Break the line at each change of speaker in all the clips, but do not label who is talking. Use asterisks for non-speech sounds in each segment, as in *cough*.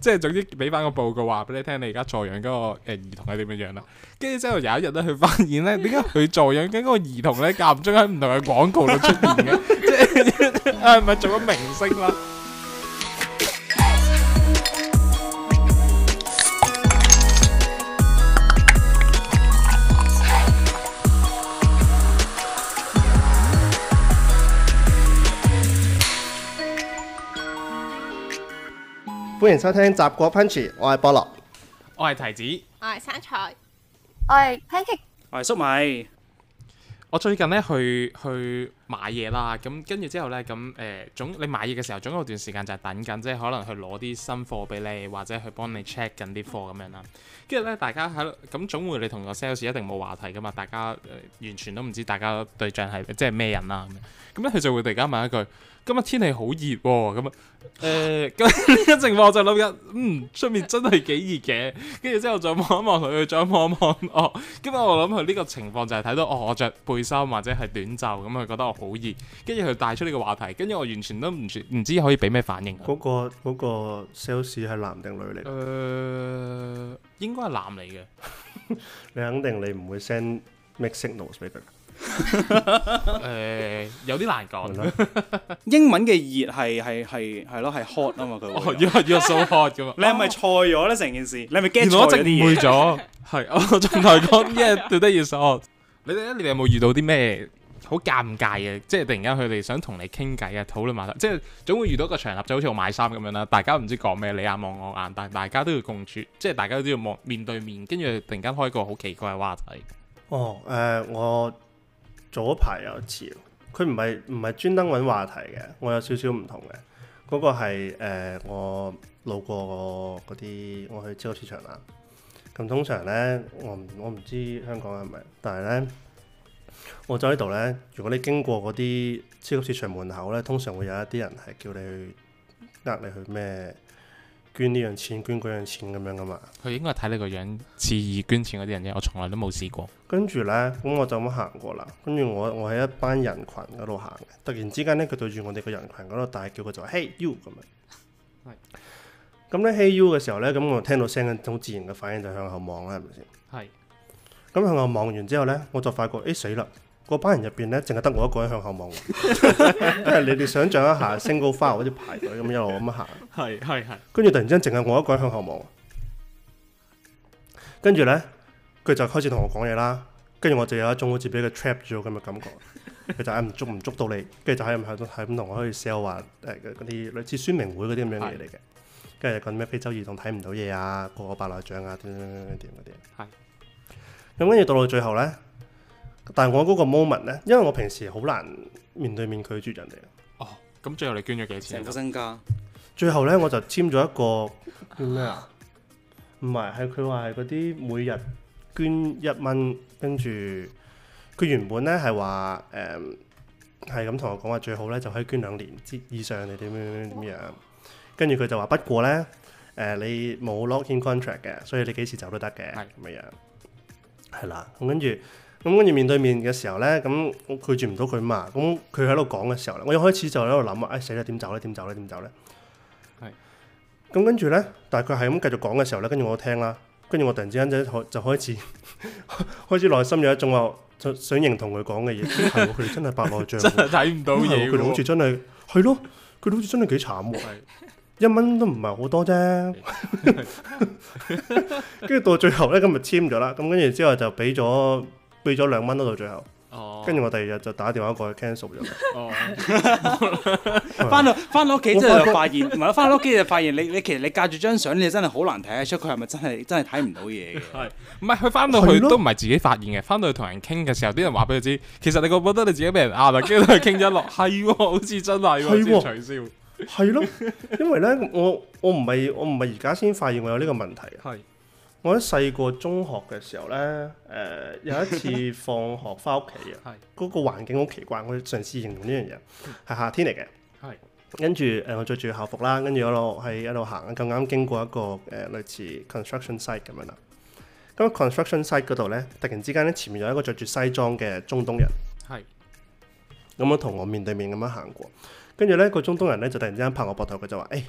即係總之俾翻個報告話俾你聽，你而家助養嗰個誒兒童係點樣樣啦。跟住之後有一日咧，佢發現咧，點解佢助養緊嗰個兒童咧，間唔中喺唔同嘅廣告度出現嘅，即係 *laughs* 啊係咪做咗明星啦？
歡迎收聽《雜果 Punch》，我係菠蘿。
我係提子，
我係生菜，
我係 pancake，
我係粟米，
我最近咧去去買嘢啦，咁跟住之後咧，咁誒總你買嘢嘅時候總有段時間就係等緊，即係可能去攞啲新貨俾你，或者去幫你 check 緊啲貨咁樣啦。跟住咧，大家喺度咁總會你同個 sales 一定冇話題噶嘛，大家、呃完全都唔知大家對象係即係咩人啦咁樣。咁咧佢就會突然間問一句：今日天氣好熱喎、咁啊誒咁呢個情況我就諗緊，嗯出面真係幾熱嘅。跟住之後再望一望佢，再望哦一望我。跟住我諗佢呢個情況就係睇到哦，我着背心或者係短袖咁，啊佢覺得我好熱，跟住佢帶出呢個話題，跟住我完全都唔知唔知可以俾咩反應。誒、
嗰、個嗰、個 sales 係男定女嚟？
呃，應該係男嚟嘅。
你肯定你唔會 send make signals 俾佢，
誒、有啲難講
係。咪
英文嘅熱係係係係咯係 hot 啊嘛
*laughs*
佢
哦
會，
要要 so hot 噶嘛？哦
你係咪錯咗咧成件事？你係咪
原
get
來我
錯
直
咗啲
誤會
嘢？
咗，係我 *laughs* 仲同佢講 *laughs* yeah do that is all。你哋咧，你哋有冇遇到啲咩好尷尬嘅？即係突然間佢哋想同你傾偈啊，討論埋，即係總會遇到一個場合，就好似我買衫咁樣啦，大家唔知講咩，你眼望我眼，但係大家都要共處，即係大家都要望面對面，跟住突然間開個好奇怪嘅話題。
哦，誒、我早排有一次，佢唔係唔係專登揾話題嘅，我有少少唔同嘅。嗰、個係、呃、我路過嗰啲，我去超級市場啦。咁通常呢，我唔我唔知香港係咪，但係呢，我走喺度呢，如果你經過嗰啲超級市場門口呢，通常會有一啲人係叫你去呃你去咩捐呢樣錢、捐嗰樣錢咁樣噶嘛。
佢應該係睇你個樣似意捐錢嗰啲人啫，我從來都冇試過。
跟住呢，咁我就咁行過啦。跟住我我喺一班人群嗰度行嘅，突然之間呢，佢對住我哋個人群嗰度大叫，佢就話 Hey you 咁樣。
係
咁呢 Hey you 嘅時候呢，咁我聽到聲，好自然嘅反應就向後望啦，係咪先？
係
咁向後望完之後呢，我就發覺，誒死啦！嗰班人入邊呢，淨係得我一個人向後 *laughs* 望。因為你哋想象一下，升高花好似排隊咁一路咁行。
係係係，
跟住突然之間，淨係我一個人向後望。跟住呢，佢就開始同我講嘢啦。跟住我就有一種好似俾佢 trap 咗咁嘅感覺。 *laughs* 佢就係唔捉唔捉到你，跟住就喺咁喺度係咁同我喺度 sell 話誒嗰啲類似宣明會嗰啲咁樣嘅嘢嚟嘅。跟住講咩非洲兒童睇唔到嘢啊，個個白內障啊，點點點點點嗰啲。
係
咁跟住到到最後呢，但係我嗰個 moment 呢，因為我平時好難面對面拒絕人哋。
哦，咁最後你捐咗幾多錢啊
成個？身家
最後咧，我就簽咗一個叫咩啊？唔係，係佢話係嗰啲每日捐一蚊，跟住佢原本咧係話誒係咁同我講話最好咧就可以捐兩年之以上，你點樣點樣點樣。跟住佢就話不過咧誒、你冇 lock in contract 嘅，所以你幾時走都得嘅
係
咁樣樣。係啦，咁跟住咁跟住面對面嘅時候咧，咁我拒絕唔到佢嘛。咁佢喺度講嘅時候咧，我一開始就喺度諗啊，唉死啦點走咧點走咧點走咧。咁跟住咧，但係佢係咁繼續講嘅時候咧，跟住我聽啦，跟住我突然之間就就開始 *laughs* 開始內心有一種話想想認同佢講嘅嘢，係喎佢哋真係白內
*laughs*
障
真係
喎，
睇唔到嘢
咁係喎佢哋好似
喎。
真係係咯，佢哋好似真係幾慘喎，一蚊都唔係好多啫。跟住到最後咧，咁咪簽咗啦，咁跟住之後就俾咗俾咗兩蚊咯，到最後，
哦，
跟住我第二日就打電話過去 cancel 咗。
哦，
翻
啊
到翻到屋企之
我發覺
後就發現，唔係翻到屋企就發現你你其實你隔住張相，你真係好難睇得出佢係咪真係真係睇唔到
*laughs*
嘢嘅。
唔係佢翻到去
係咯
都唔係自己發現嘅，翻到去同人傾嘅時候，啲人話俾佢知，其實你覺唔覺得你自己俾人呃啦？跟住佢傾咗落， *laughs* 係喎，好似真係
係
喎，
喎
先取消。
係咯，因為咧，我我唔係我唔係而家先發現我有呢個問題啊。
係
我喺細個中學嘅時候咧，誒、有一次放學翻屋企啊
係，
嗰個環境好奇怪，我嘗試形容呢樣嘢係夏天嚟嘅。
係
跟住誒，我着住校服啦，跟住一路喺一路行，咁啱經過一個誒、類似 construction site 咁樣啦。咁啊 construction site 嗰度咧，突然之間咧，前面有一個着住西裝嘅中東人。
係
啊咁樣同我面對面咁樣行過，跟住呢個中東人呢，就突然之間拍我膊頭，佢就話：誒、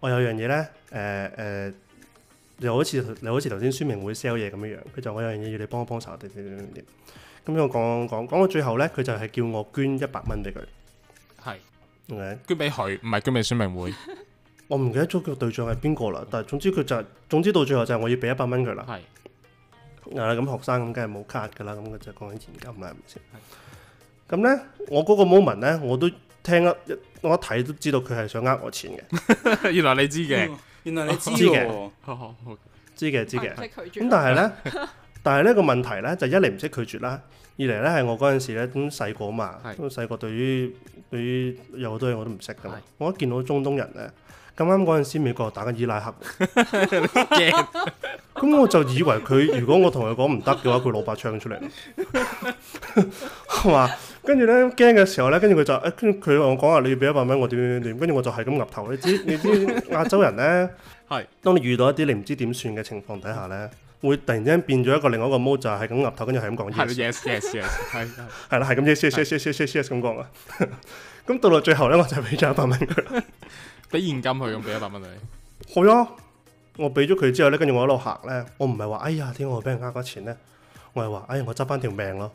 我有樣嘢咧，誒、誒，又好似你好似頭先宣明會 sell 嘢咁樣樣，佢就我有樣嘢要你幫我幫手，點點點點點。咁我講講講到最後咧，佢就係叫我捐一百蚊俾佢。
係
OK，
捐俾佢，唔係捐俾宣明會。
我唔記得咗個對象係邊個啦，但係總之佢就係總之到最後就係我要俾一百蚊佢啦。
係
啊，咁學生咁梗係冇卡㗎啦，咁佢就講緊現金啦，係咪先？咁咧，我嗰個 moment 咧，我都聽一一我一睇都知道佢係想呃我錢嘅，
*laughs* 原來你知嘅。
原來你知
知嘅
喎，
哦好好好
知嘅知
哦
嘅。
係啊即係拒
咁
絕。
但係咧，
*laughs*
但係呢個問題咧，就一嚟唔識拒絕啦，二嚟咧係我嗰陣時咧咁細個嘛，
係
咁細個對於對於有好多嘢我都唔識噶嘛
係。
我一見到中東人咧，咁啱嗰陣時美國打緊伊拉克，
驚
咁我就以為佢如果我同佢講唔得嘅話，佢攞把槍出嚟咯，係嘛？跟住咧驚嘅時候咧，跟住佢就誒，跟住佢同我講話你要俾一百蚊我點點點，跟住我就係咁岌頭。你知你知亞洲人咧，
係
當你遇到一啲你唔知點算嘅情況底下咧，會突然之間變咗一個另外一個 mode，就係咁岌頭，跟住係咁講
係
yes
yes yes yes 係係
係啦，係咁 yes yes yes yes yes yes 咁講啊。咁到到最後咧，我就俾咗一百蚊佢。
*laughs* 俾現金佢咁俾一百蚊你。
係啊，我俾咗佢之後咧，跟住我一路行咧，我唔係話哎呀，點解我俾人呃咗錢咧？我係話，哎呀，我執翻條命咯。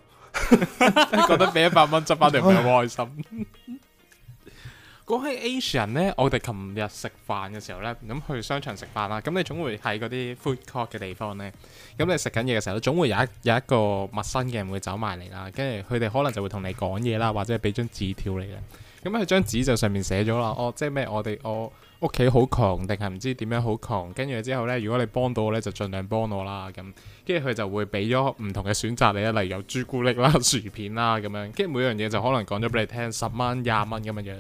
覺得俾一百蚊執翻嚟唔係好開心。講起 Asian 咧，我哋琴日食飯嘅時候咧，咁去商場食飯啦，咁你總會喺嗰啲 food court 嘅地方咧，咁你食緊嘢嘅時候，總會有一有一個陌生嘅人會走埋嚟啦，跟住佢哋可能就會同你講嘢啦，或者係俾張紙條你嘅。咁佢張紙就上面寫咗啦，哦，即係咩？我哋我屋企好窮，定係唔知點樣好窮？跟住之後咧，如果你幫到我咧，就盡量幫我啦咁。跟住佢就會俾咗唔同嘅選擇你啦，例如有朱古力啦、 *laughs* 薯片啦咁樣，跟住每樣嘢就可能講咗俾你聽十蚊、廿蚊咁樣樣。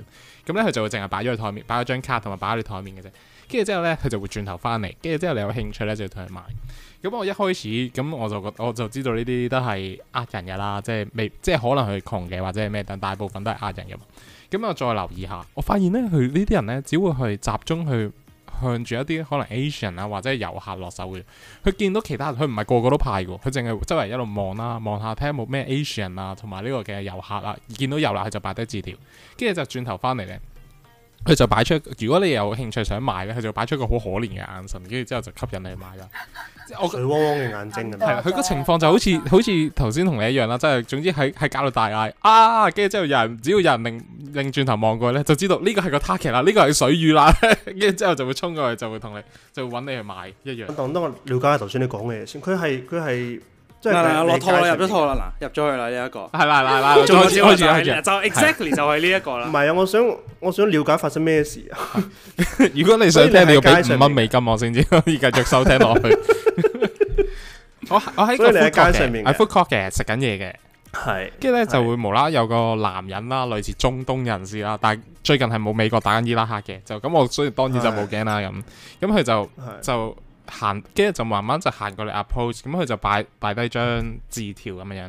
咁咧佢就會淨係擺咗喺台面，擺咗張卡同埋擺喺你台面嘅啫。跟住之後咧，佢就會轉頭翻嚟，跟住之後你有興趣咧就要同佢買。咁我一開始咁我就覺我就知道呢啲都係呃人㗎啦，即係未即係可能佢窮嘅或者係咩，但大部分都係呃人㗎嘛。咁我再留意下，我發現咧佢呢啲人咧只會去集中去向住一啲可能 Asian 啊或者係遊客落手嘅。佢見到其他人，佢唔係個個都派嘅喎，佢淨係周圍一路望啦，望下睇下有冇咩 Asian 啊，同埋呢個嘅遊客啊，見到遊客佢就擺低字條，跟住就轉頭翻嚟咧，佢就擺出，如果你有興趣想買咧，佢就擺出一個好可憐嘅眼神，跟住之後就吸引你去買啦。即係我
水汪汪嘅眼睛
*laughs*
咁
係
樣
啊，佢個情況就好似好似頭先同你一樣啦，即係總之喺喺搞到大嗌啊，跟住之後有人只要有人擰擰轉頭望過去咧，就知道呢個係個 target 啦，呢個係水魚啦， *laughs* 跟住之後就會衝過去，就會同你就會揾你去買一樣。
當當我了解下頭先你講嘅嘢先，佢係佢係即
嗱嗱，
係
落套啦，
理解
入咗
上
套啦，嗱，入咗去啦呢一個。
係啦係啦係啦，再次開始開始。
就 exactly 就係呢一個
面。唔
啦。
係啊，我想我想了解發生咩事啊！
如果你想聽，你要
所以你喺街
俾
上
五蚊
面
美金我先至可以繼續收聽落去。 *laughs* 我我喺
所
個
以你
food
喺
court
街上
嘅，
面
喺
嘅
food court 嘅食緊嘢嘅，
係
跟住咧就會無啦啦有個男人啦，類似中東人士啦，但係最近係冇美國打緊伊拉克嘅，就咁我所以當然就冇驚啦咁。咁佢就
係
就行，跟住就慢慢就行過嚟 approach，咁佢就擺擺低張字條咁樣樣。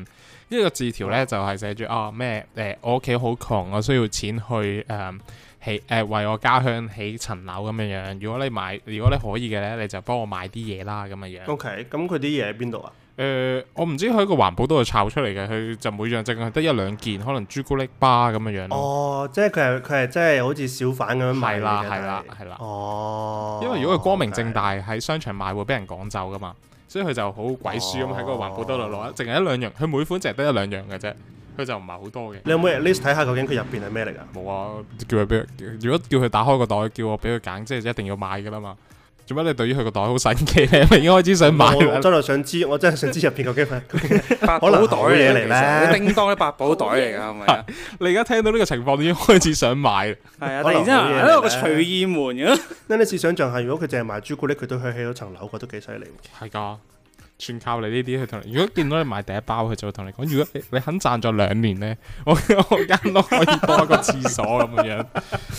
呢個字條咧就係寫住啊咩誒，我屋企好窮，我需要錢去誒、起誒、為我家鄉起層樓咁樣樣。如果你買，如果你可以嘅咧，你就幫我買啲嘢啦咁樣樣。誒、
OK，咁佢啲嘢喺邊度啊？
我唔知佢喺個環保度抄出嚟嘅，佢就每樣淨係得一兩件，可能朱古力巴咁樣樣咯。
哦，即係佢係佢係即係好似小販咁樣賣
嗯係
嘅
啦，
但
係啦，係啦。
哦，
因為如果佢光明正大喺商場賣，會俾人趕走噶嘛，所以佢就好鬼輸咁喺個環保兜度
哦
攞，淨係一兩樣，佢每款淨係得一兩樣嘅啫，佢就唔係好多嘅。
你有冇 at least 睇下究竟佢入邊係咩嚟㗎？
冇啊，叫佢俾佢，如果叫佢打開個袋，叫我俾佢揀，即係一定要買噶啦嘛。做咩你對於佢個袋好神奇咧？ *laughs* 你已經開始想買
啊
啊
我我
啦。
真係想知，我真係想知入邊究
*laughs*
竟係 *laughs*
百
可能
寶袋
好嘢嚟咧
嘅其實叮當啲百寶袋嚟㗎，
*laughs*
係咪啊？
你而家聽到呢個情況，你已經開始想買啦。
係啊，
可能
突然之間
好嘢嚟
喺度個
咧
隨意門嘅，
咧。你試想象下，如果佢淨係賣朱古力，佢都可以起到層樓，覺得幾犀利喎。
係噶，全靠你呢啲去同你。如果見到你買第一包，佢就會同你講：如果你你肯賺咗兩年呢，我 *laughs* 我間屋可以多一個廁所咁樣 *laughs* 樣。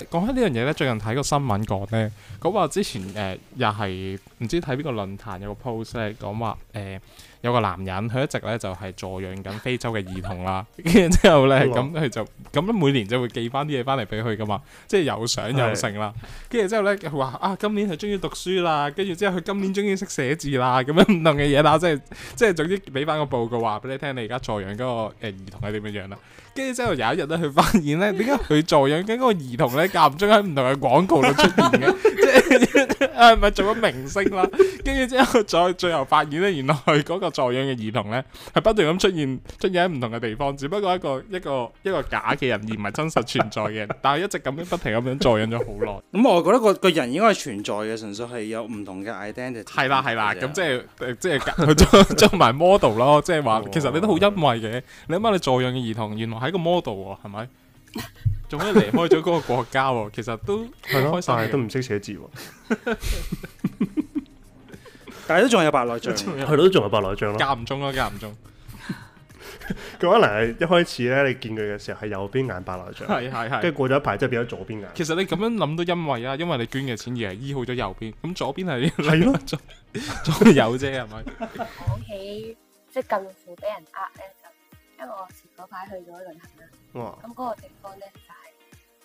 講起呢樣嘢呢，最近睇個新聞講呢，講話之前誒、呃又係唔知睇邊個論壇有個 post 咧講話誒有個男人佢一直呢就係、助養緊非洲嘅兒童啦，跟住之後呢，咁佢就咁每年就會寄翻啲嘢翻嚟俾佢噶嘛，即係有相有成啦。跟住之後咧，佢話啊，今年佢終於讀書啦，跟住之後佢今年終於識寫字啦，咁樣唔同嘅嘢啦，即係即係總之俾翻個報告話俾你聽，你而家助養嗰個誒兒童係點樣樣啦。跟住之後有一日咧，佢發現咧，點解佢助養緊嗰個兒童咧，間唔中喺唔同嘅廣告度出現嘅，即係 *laughs* 係 *laughs* 啊咪做咗明星啦？跟住之後再最後發現咧，原來嗰個助養嘅兒童咧係不斷咁出現出現喺唔同嘅地方，只不過一個一個一個假嘅人而唔係真實存在嘅人， *laughs* 但係一直咁樣不停咁樣助養咗好耐。
咁我覺得個個人應該係存在嘅，純粹係有唔同嘅 identity。啊
係啦係啦，咁即係誒即係佢做 *laughs* 做埋 model 咯，即係話其實你都好欣慰嘅。你諗下你助養嘅兒童原來係一個 model 喎，係咪？ *laughs* 仲可以離開咗嗰個國家喎，其實都
係咯
開，心
但係都
嘅。
唔識寫字喎，
但係都仲有白
*laughs*
內障。
係咯，都仲有白內障咯。
間唔中咯，間唔中。
佢可能係一開始咧，你見佢嘅時候係右邊眼白內障，
係係係。
跟住過咗一排之後變咗左邊眼。
其實你咁樣諗都因為啊，因為你捐嘅錢而係醫好咗右邊，咁左邊係
係咯，
*laughs* 左左右啫，係咪？
講起即係近乎俾人呃咧，就因為我前嗰排去咗旅行啦，
哇！
咁嗰個地方咧就係、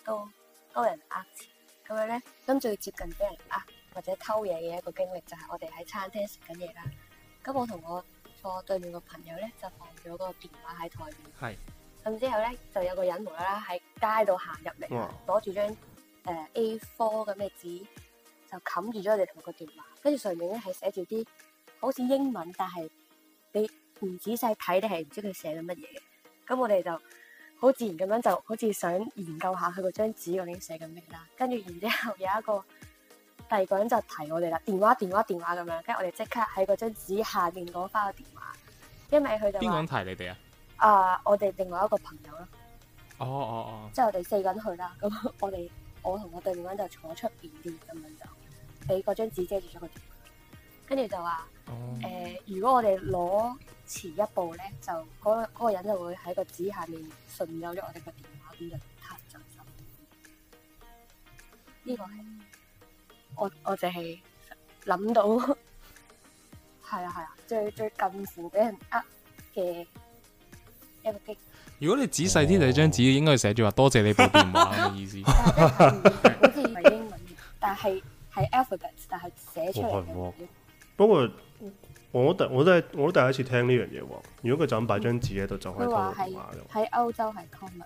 都多人呃錢，咁樣咧，咁最接近俾人呃或者偷嘢嘅一個經歷就係我哋喺餐廳食緊嘢啦，咁我同我坐對面個朋友咧就放咗個電話喺台面，
係
咁之後咧就有個人無啦啦喺街度行入嚟。
哇！
攞住張誒 A4 咁嘅紙，就冚住咗我哋同個電話，跟住上面咧係寫住啲好似英文，但係你唔仔細睇，你係唔知佢寫緊乜嘢嘅。咁我哋就好自然咁樣，就好似想研究下佢嗰張紙究竟寫緊咩啦。跟住然之後有一個第二個人就提我哋啦，電話電話電話咁樣，跟住我哋即刻喺嗰張紙下面攞翻個電話，因為佢就
邊個
話
人提你哋啊？
啊、我哋另外一個朋友咯。
哦哦
即係我哋四個人去啦，咁 *laughs* 我哋我同我對面嗰人就坐出邊啲咁樣就俾嗰張紙遮住咗個電話，跟住就話
哦哦
誒、如果我哋攞遲一步咧，就嗰、個嗰個人就會喺個紙下面順有咗我哋個電話，咁就攤咗手。呢個係我我淨係諗到， *laughs* 係啊係啊，最最近乎俾人呃嘅一個經歷
如果你仔細啲睇張紙，應該係寫住話多謝你部電話咁嘅意思。 *laughs*
好似唔係英文，但係係 alphabet，但係寫出嚟嘅
哇
文字。
不過我第我都係我都第一次聽呢樣嘢喎。如果佢就咁擺張紙喺度，就可以
佢
偷
話
到電
係
話嘅喎。
喺歐洲係 common，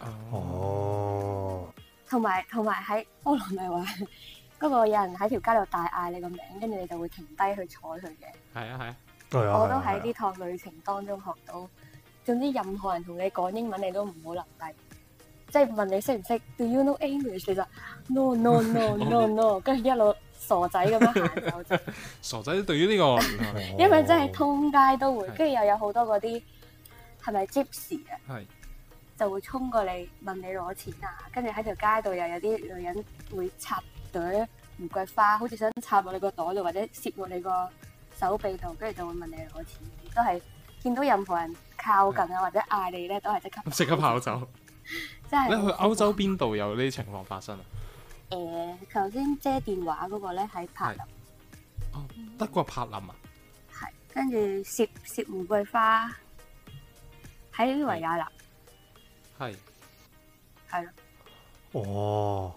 哦
哦，
同埋同埋喺波羅咪話嗰個有人喺條街度大嗌你個名，跟住你就會停低去睬佢嘅。
係啊係啊，
係啊，
我都
係啊
喺
係
呢
啊
趟旅程當中學到，總之任何人同你講英文，你都唔好留低。即係問你識唔識？Do you know English？你就 no no no no
*laughs*
no，跟住一路傻仔咁樣行走就。
傻仔對於呢 *laughs* 個
因為哦真係通街都會，
係
跟住又有好多嗰啲係咪 gypsy 啊，
係
就會衝過嚟問你攞錢啊，跟住喺條街度又有啲女人會插朵玫瑰花，好似想插落你個袋度或者攝落你個手臂度，跟住就會問你攞錢，都係見到任何人靠近啊或者嗌你咧，都係即刻
即刻跑 *laughs* 走。
真係
你去歐洲邊度有呢啲情況發生啊？
誒，頭先遮電話嗰個咧喺柏林，
哦，德國柏林啊，
係跟住攝攝玫瑰花喺維也納，
係
係咯。
哦，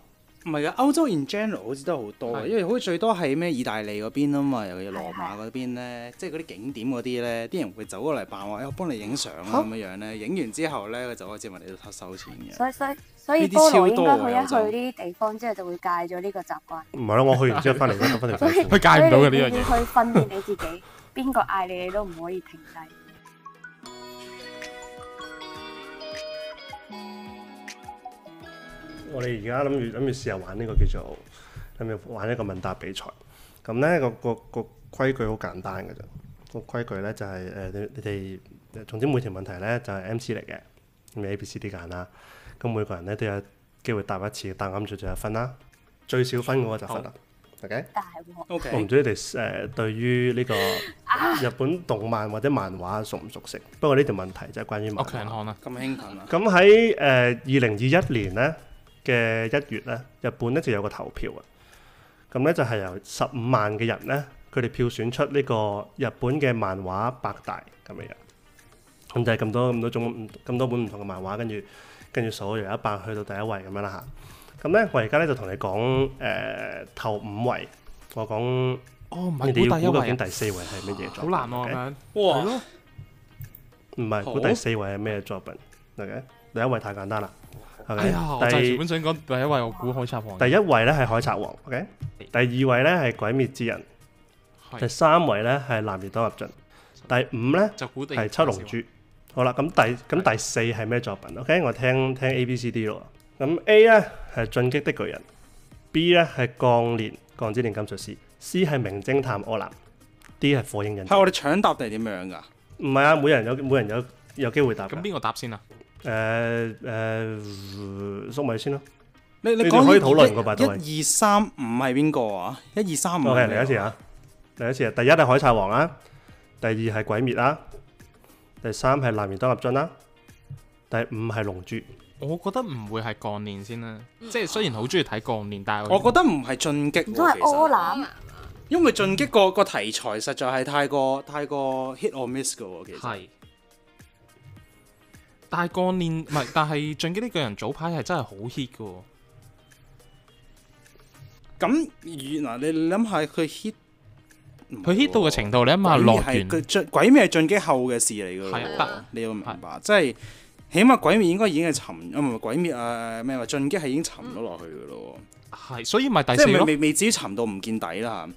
唔係嘅，歐洲 in general 好似都好多
係
嘅，因為好似最多喺咩意大利嗰邊啊嘛，尤其羅馬
係
嗰邊咧，即係嗰啲景點嗰啲咧，啲人會走過嚟扮話，哎我幫你影相
嚇
啦咁樣樣咧，影完之後咧，佢就開始
*laughs*
問你收收錢嘅。
所以所以所以
呢啲
菠蘿
超多㗎
應
有
該去一
陣
去呢啲地方之後就會戒咗呢個習慣，
唔係啦，我去完之後翻嚟，我翻嚟
所以
睇
佢戒唔到嘅呢樣
所以你
嘢。
要去訓練你自己， *laughs* 邊個嗌你你都唔可以停低。
我哋而家諗住諗住試下玩呢個叫做諗住玩一個問答比賽。咁咧個個個規矩好簡單嘅啫。個規矩咧就係、誒、你你哋總之每條問題咧就係、M C 嚟嘅，咁你 A B C D 揀啦。咁每個人咧都有機會答一次，答啱咗就有分啦。最少分嗰個就分啦。OK。
但係喎，
O
我
K，
唔知你哋誒、呃、對於呢個日本動漫或者漫畫熟唔熟悉？不過呢條問題就係關於漫
我強
畫。
悍啊！
咁興奮啊！
咁喺誒呃二零二一年咧嘅一月咧，日本咧就有個投票啊。咁咧就係由十五萬嘅人咧，佢哋票選出呢個日本嘅漫畫百大咁樣樣。咁就係咁多咁多種咁多本唔同嘅漫畫，跟住跟住數由一百去到第一位咁樣啦嚇。咁咧我而家咧就同你講誒、呃、頭五位，我講
哦，唔係
你
估第一
哋要估究
位
竟
啊，
第哦四位係乜嘢作
好
品
難喎
*laughs* OK？
咁樣。係
哇
咯，
唔係，
好
估第四位係咩作品？OK，第一位太簡單啦，係
哎呀，我就係
第
原本想講第一位，我估海賊王。
第一位咧係海賊王，OK。第二位咧係鬼滅之刃，第
係
三位咧係南越多入進，第五咧
就估定
係七龍珠。好啦，咁第咁第四係咩作品？OK，我聽聽 A、B、C、D 咯。咁 A 咧係進擊的巨人，B 咧係鋼煉鋼之煉金術師，C 係名偵探柯南，D 係火影忍者
係。我哋搶答定係點樣㗎？
唔係啊，每人有每人有有機會答
咁
㗎。
邊個答先啊？
誒 ờ, 誒，粟米先咯。
你
呢
你
啲
講
可以
一
討論㗎吧都係
一二三五係邊個啊？一二三五
OK，
係邊個
嚟一次啊！嚟一次啊！第一係海賊王啦，第二係鬼滅啦，第三係南面多立樽啦，第五係龍珠。
我覺得唔會係鋼煉先啦，
嗯
即係雖然好中意睇鋼煉，但係
我覺得唔係進擊
唔
喎，
通係
其
柯
實
南？
啊
因為進擊個個題材實在係太過太過 hit or miss 嘅喎，其實
係。但係鋼煉 *laughs* 唔係，但係進擊呢個人早排係真係好 hit 嘅喎。
咁原來你諗下佢 hit，唔
佢 hit 到嘅
喎
程度，你諗下
鬼
樂
滅係
園
佢進鬼滅係進擊後嘅事嚟㗎
係
喎，
得
你要明白，即係起碼鬼滅應該已經係沉，啊唔係鬼滅啊咩話進擊係已經沉咗落去㗎咯
係，所以咪第
喎，即
四
係未
咯。
未未至於沉到唔見底啦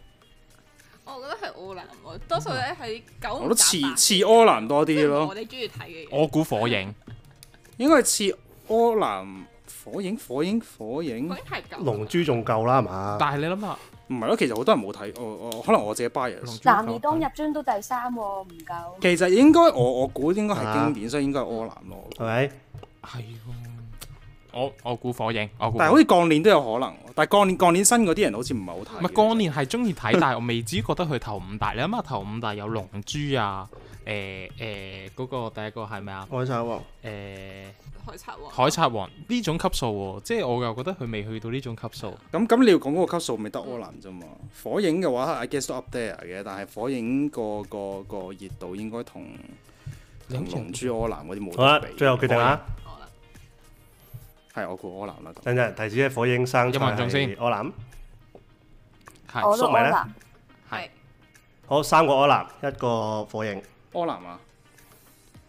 嚇，
我覺得係柯南喎，多數咧係九
我
唔搭
都似
八
似柯南多
即
啲
係
咯
我。哋中意睇嘅嘢。
我估火影，
應該係似柯南火影火影火影，
佢係咁。
龍珠仲夠啦係
啊
嘛？
但係你諗下
唔係咯，其實好多人冇睇，我我可能我自己 bias。
龍珠
南面當入樽都第三喎，唔夠。
其實應該我我估應該係經典，所以應該係柯南咯。
係咪？
係喎，我我估火影，我估
但係好似鋼鍊都有可能，但係鋼鍊鋼鍊新嗰啲人好似唔係好睇。
唔係過年係中意睇， *laughs* 但係我未至於覺得佢頭五大。你諗下頭五大有龍珠啊，誒誒嗰個第一個係咩啊？
海賊王
誒、
海賊王。
海賊王呢種級數喎、即係我又覺得佢未去到呢種級數。
咁咁，你要講嗰個級數咪得柯南啫嘛？火影嘅話，I guess 都 up there 嘅，但係火影個個個熱度應該同
你好
同
似
龍珠柯南嗰啲冇
好啦
得，比。
最後決定啦。
好啦
係我估柯南啦。咁
等陣，提子嘅火影生
有冇人中先
係柯南。
我
係
都
粟
柯
米呢
南，
係
係
好，三個柯南，一個火影，
柯南啊，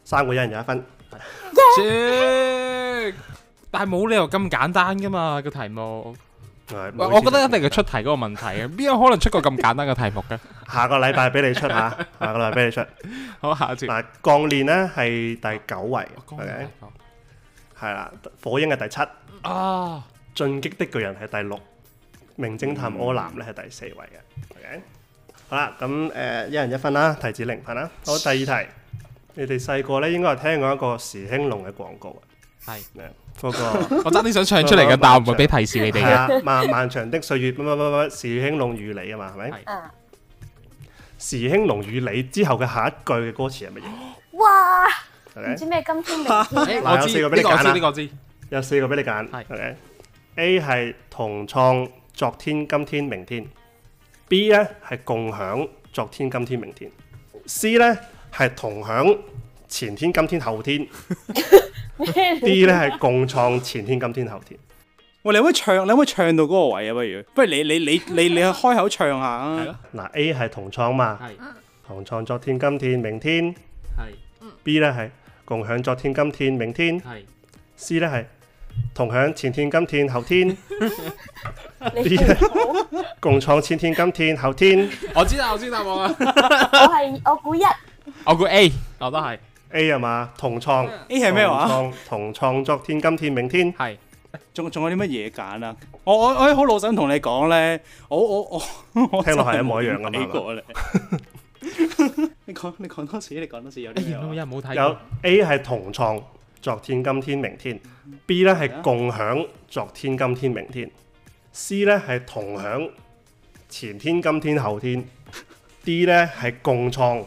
三個一人有一分。
切但係冇理由咁簡單噶嘛個題目。
係
喂我覺得一定係出題嗰個問題嘅，邊有可能出個咁簡單嘅題目嘅？
下個禮拜俾你出嚇，下個禮拜俾你出。
好，下一節。
嗱，鋼鍊咧係第九位
我講
，OK，
咩
係啦，火影係第七。
啊？
進擊的巨人係第六，名偵探柯南咧係第四位嘅。OK，好啦，咁誒、呃一人一分啦，提子零分啦。好，第二題，你哋細個咧應該係聽過一個時興隆嘅廣告啊，
係，
誒 *laughs* 嗰、個
我爭啲想唱出嚟嘅，但我唔會俾提示你哋
係
嘅。
啊漫漫長的歲月乜乜乜乜時興隆與你啊嘛，係咪
係？
嗯，
時興隆與你之後嘅下一句嘅歌詞係乜嘢
哇，唔
？OK，
知咩今天明天
我
嗱有
知
四
呢
個俾你
個我
揀
知
啦
呢個我知。
有四個俾你揀。
係
OK，A 係同創昨天、今天、明天。B 咧係共享昨天、今天、明天。C 咧係同享前天、今天、後天。D 咧係共創前天、今天、後天。
喂，你可唔可以唱？你可唔可以唱到嗰個位啊？不如，不如你你你你你開口唱下
係
啊
咯！
嗱，A 係同創嘛，
係
同創昨天、今天、明天。
係
B 咧係共享昨天、今天、明天。
係。
C 咧係同享前天、今天、後天。D *laughs*
你
咧共創前天、今天、後天。
我知啦，我知答案啦。
我係我估一，
我估 A，我都係
A 係嘛？同創。
A 係咩
哦
話？
同創同創作天、今天、明天。
係
仲仲有啲乜嘢揀啊？我我我好老實咁同你講咧，我我我我
聽落係一模一樣㗎嘛
睇過咧。 *laughs* 你講你講多次，你講多次有啲咩
有
話
人冇睇
有
過
A 係同創昨天、今天、明天；B 咧係共享昨天、今天、明天；C 咧係同享前天、今天、後天；D 咧係共創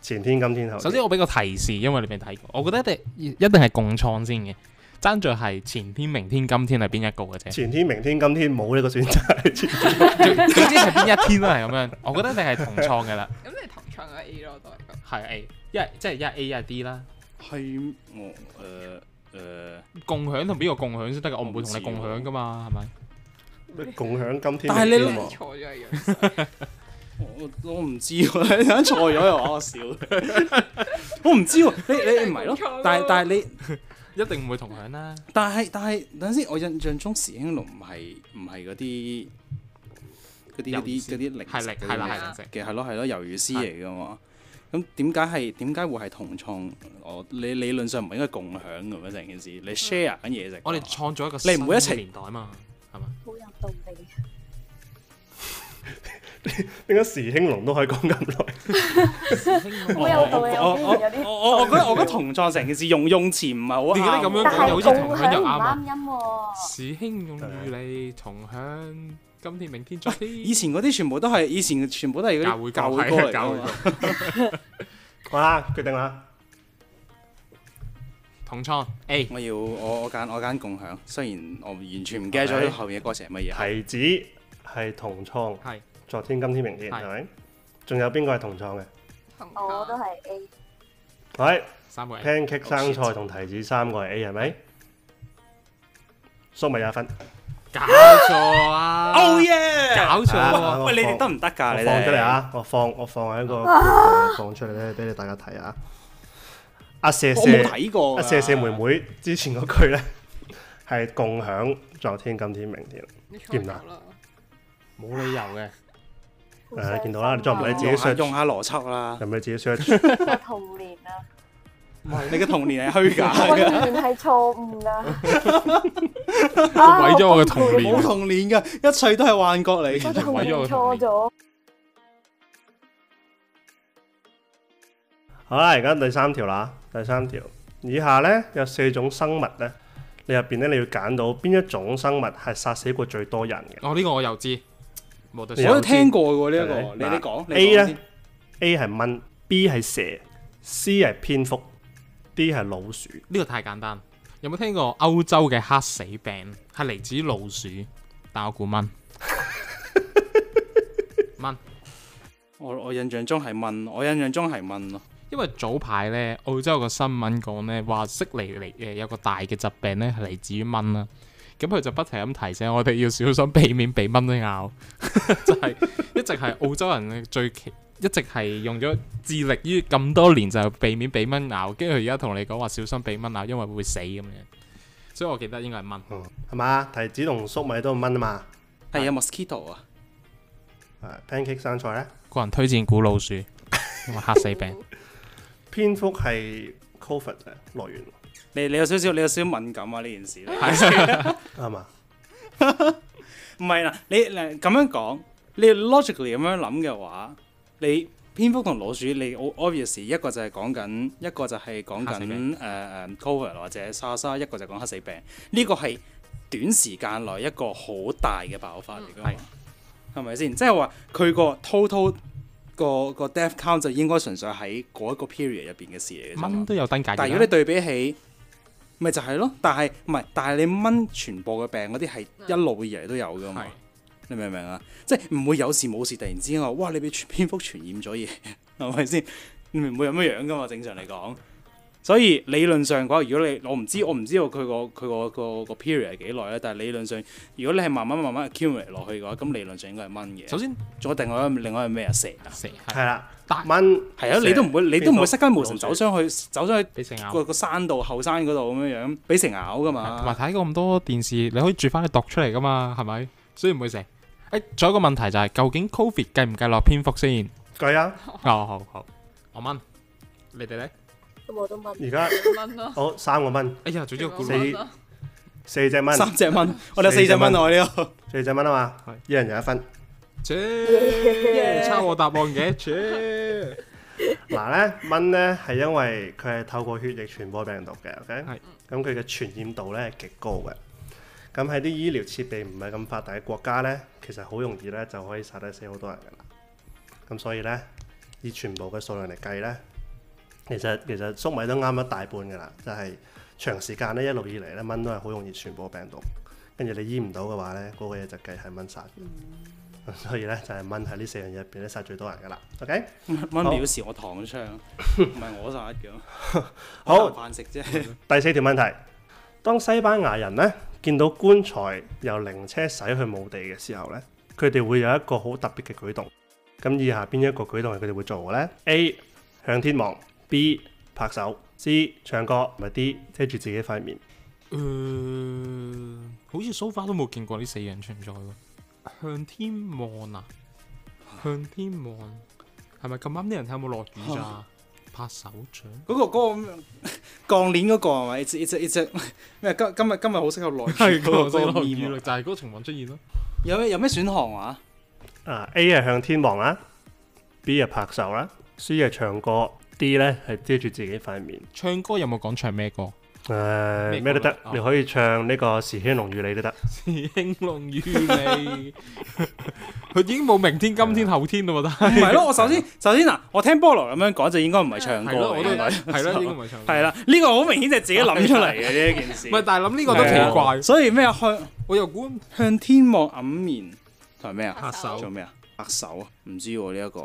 前天、今天、後
首
天。
先我俾個提示，因為你未睇過，我覺得一定一定係共創先嘅，爭在係前天、明天、今天係邊一個嘅啫。
前天、明天、今天冇呢個選擇，前天
總總之係邊一天都係咁樣， *laughs* 我覺得一定係同創嘅啦，
咁你同唱嘅 A 咯，都係咁。
係 A，一係即係一係 A 一係 D 啦。
係我呃誒誒，
共享同邊個共享先得㗎？我唔會同你
我唔知喎
共享噶嘛，係咪？
共享今天、
但係你
明天
你
喎。
錯咗係樣衰。
我我唔知喎， *laughs* 你講錯 *laughs* 咗又話我笑。我唔知喎，你你唔
真係冇
係
錯
咯
咯？
但係但係你
一一定唔會同享啦。
但係但係等陣先，我印象中時興龍唔係唔係嗰啲嗰啲嗰
魷魚
啲
絲
嗰啲零
係
食
零
嗰
係
啲
啦
咩
係零食
嘅係咯係咯魷魚絲嚟噶嘛。咁點解係點解會係同創？我你理論上唔係應該共享嘅咩？成件事你 share 緊嘢食。
嗯我哋創造一個
你唔會一齊
新嘅年代嘛，係 *laughs* 嘛？
好有道理。
點解時興隆都可以講咁耐？
好有道理，
我
我
我
竟然有啲。
我我覺得我覺得同創成件事用 *laughs* 用詞唔係好啱。
你覺得咁樣
但係
又好
共
似同
享
佢又
唔
啱啊
啱音喎，
時興用與你同享，今天明天昨天。
*laughs* 以前嗰啲全部都係，以前全部都係嗰
教
啲
會
教
教
會
會
歌嚟
教會
㗎
歌
嘛。
哇！決定啦，
同創 A
我要我我揀我揀共享，雖然我完全唔記得咗後面嘅歌詞係乜嘢。
提子係同創，
係
昨天、今天、明天
係
係咪？仲有邊個係同創嘅？
同
我都
學
係 A。
係
三個 A。
pancake 生菜同提子三個係 A 係咪？粟米廿分，
搞錯
*laughs*
啊！
Oh yeah！
搞錯
啊
啊！
喂，你哋得唔得㗎？
我
你哋
放出嚟！啊！我放我放喺個 group 度放出嚟咧，俾你大家睇下。阿射
我冇
啊射。
睇過啊
阿
㗎。
謝謝妹妹之前嗰句咧，係共享昨天、今天、明天。
你錯
見唔
咗
到
啦，
冇理由嘅。
好
誒、
傷心
見到啦，你再唔
係
理自己
用下
search，
用下邏輯啦。
又唔理自己 search，
我童年啊，
*laughs* 你嘅童年係虛假
我
嘅，
年係錯誤 *laughs* 噶，Ờ,
毀咗我嘅童
啊
年
冇童年㗎，一切都係幻覺嚟
我
嘅。
童年
毀咗我嘅童
錯
年
咗，
好啦，而家第三條啦，第三條，以下咧有四種生物咧，你入邊咧你要揀到邊一種生物係殺死過最多人嘅。
我呢個我又知，冇得
你
選
我
有。
都聽過喎呢一個，
係
你
咪
你講你
A
講
咧
先
，A 係蚊，B 係蛇，C 係蝙蝠，D 係老鼠。
呢個太簡單。有冇聽過歐洲嘅黑死病係嚟自老鼠？但我估蚊。蚊，
我我印象中係蚊，我印象中係蚊咯。
因為早排呢，澳洲有個新聞講呢，話悉尼嚟誒有個大嘅疾病呢係嚟自於蚊啦。咁佢就不停咁提醒我哋要小心避免被蚊咬， *laughs* 就係一直係澳洲人最奇，一直係用咗致力於咁多年就係避免被蚊咬，跟住佢而家同你講話小心被蚊咬，因為會死咁樣。所以我記得應該係蚊。
嗯，係嘛？提子同粟米都係蚊啊嘛。
係啊，mosquito 啊，
誒，pancake À, 生菜咧，
個人推薦古老鼠，因為黑死病。 *laughs*
蝙蝠係 covid 嘅來源
你你有少少你有少少敏感啊呢件事。
啱嘛？
唔係啦，你嗱咁樣講，你 logically 咁樣諗嘅話，你蝙蝠同老鼠，你 o- obvious 一個就係講緊，一個就係講
黑死
緊誒
病
誒 covid 或者沙沙，一個就講黑死病。呢、個係短時間內一個好大嘅爆發嚟
嗯
㗎嘛，係咪先？即係話佢個 total 個個 death count 就應該純粹喺嗰一個 period 入邊嘅事嚟嘅啫嘛
蚊都有登解
但係如果你對比起，咪就係咯，但係唔係？但係你蚊傳播嘅病嗰啲係一路以嚟都有噶嘛
係？
你明唔明啊？即係唔會有事冇事突然之間話，哇！你俾蝙蝠傳染咗嘢， *laughs* 係咪先？你唔會咁樣樣噶嘛？正常嚟講，所以理論上講，如果你我唔知我唔知道佢個佢個個個 period 係幾耐咧，但係理論上，如果你係慢慢慢慢 accumulate 落去嘅話，咁理論上應該係蚊嘅。
首先
仲有另外一另外一個咩啊蛇啊，
蛇
係
係
啦
但，
蚊
係啊，你都唔會你都唔會
蛇
失驚無
老
神
鼠
走上去走上去。
俾蛇咬，
個個山度後山嗰度咁樣樣，俾蛇咬噶
同埋
嘛。
睇過咁多電視，你可以住翻你讀出嚟噶嘛，係咪？所以唔會蛇。誒，仲有一個問題就係，究竟 Covid 計唔計落蝙蝠先？
計啊！
哦，好好，我蚊，你哋咧？
咁我都問，
而家
蚊咯，
好三個蚊，
哎呀，總之個古
四
老
蚊咯，
四隻蚊，
三隻蚊，我哋有四隻蚊喎呢度。
四隻蚊啊嘛
係，
一人有一分。
切，抄我答案嘅，切。
嗱咧，蚊咧係因為佢係透過血液傳播病毒嘅，OK，
係
咁佢嘅傳染度咧係極高嘅。咁喺啲醫療設備唔係咁發達嘅國家咧，其實好容易咧就可以殺得死好多人㗎啦。咁所以咧，以全部嘅數量嚟計咧，其實其實粟米都啱一大半㗎啦，就係、長時間咧一路以嚟咧蚊都係好容易傳播病毒，跟住你醫唔到嘅話咧，嗰、個嘢就計係蚊殺嘅。咁所以咧就係、蚊喺呢四樣嘢入邊咧殺最多人㗎啦。OK，
蚊
好
表示我糖槍，唔係我殺嘅。
好
我。啖飯食啫。
第四條問題，當西班牙人咧見到棺材由靈車駛去墓地嘅時候咧，佢哋會有一個好特別嘅舉動。咁以下邊一個舉動係佢哋會做嘅咧？A 向天望，B 拍手 C 唱歌，同埋 D 遮住自己塊面。
誒，好似 so far 都冇見過呢四樣存在喎。向天望啊，向天望，係咪咁啱啲人睇有冇落雨咋？拍手掌，
嗰、個嗰、個鋼鏈嗰個係咪？It's it's it's 咩？今今日今日好適合內
係
嗰
個
個
落雨
meme
啦，
啊
就係嗰個情況出現咯。
有咩有咩選項話？
啊，A 係向天望啦，B 係拍手啦，C 係唱歌，D 呢係遮住自己塊面。
唱歌有冇講唱咩歌？
誒、
咩
咩都
歌
得
呢哦，
你可以唱呢個《時興龍與你》都得。
《興隆與 *laughs* 你》，佢已經冇明天、今天、後天啦喎，
*laughs*
但係
唔係咯，我首先首先嗱，我聽菠蘿咁樣講就應該唔係唱歌
係咯，我
嚟
都
嘅，
係 *laughs* 咯，應該唔係唱歌。
係啦，呢個好明顯就係自己諗出嚟嘅呢一件事
唔。 *laughs* 係，但係諗呢個都奇怪，
所以咩啊向
我又估
向天望掩面同埋咩啊？
拍手
仲有。咩啊？拍手啊？唔知喎呢一個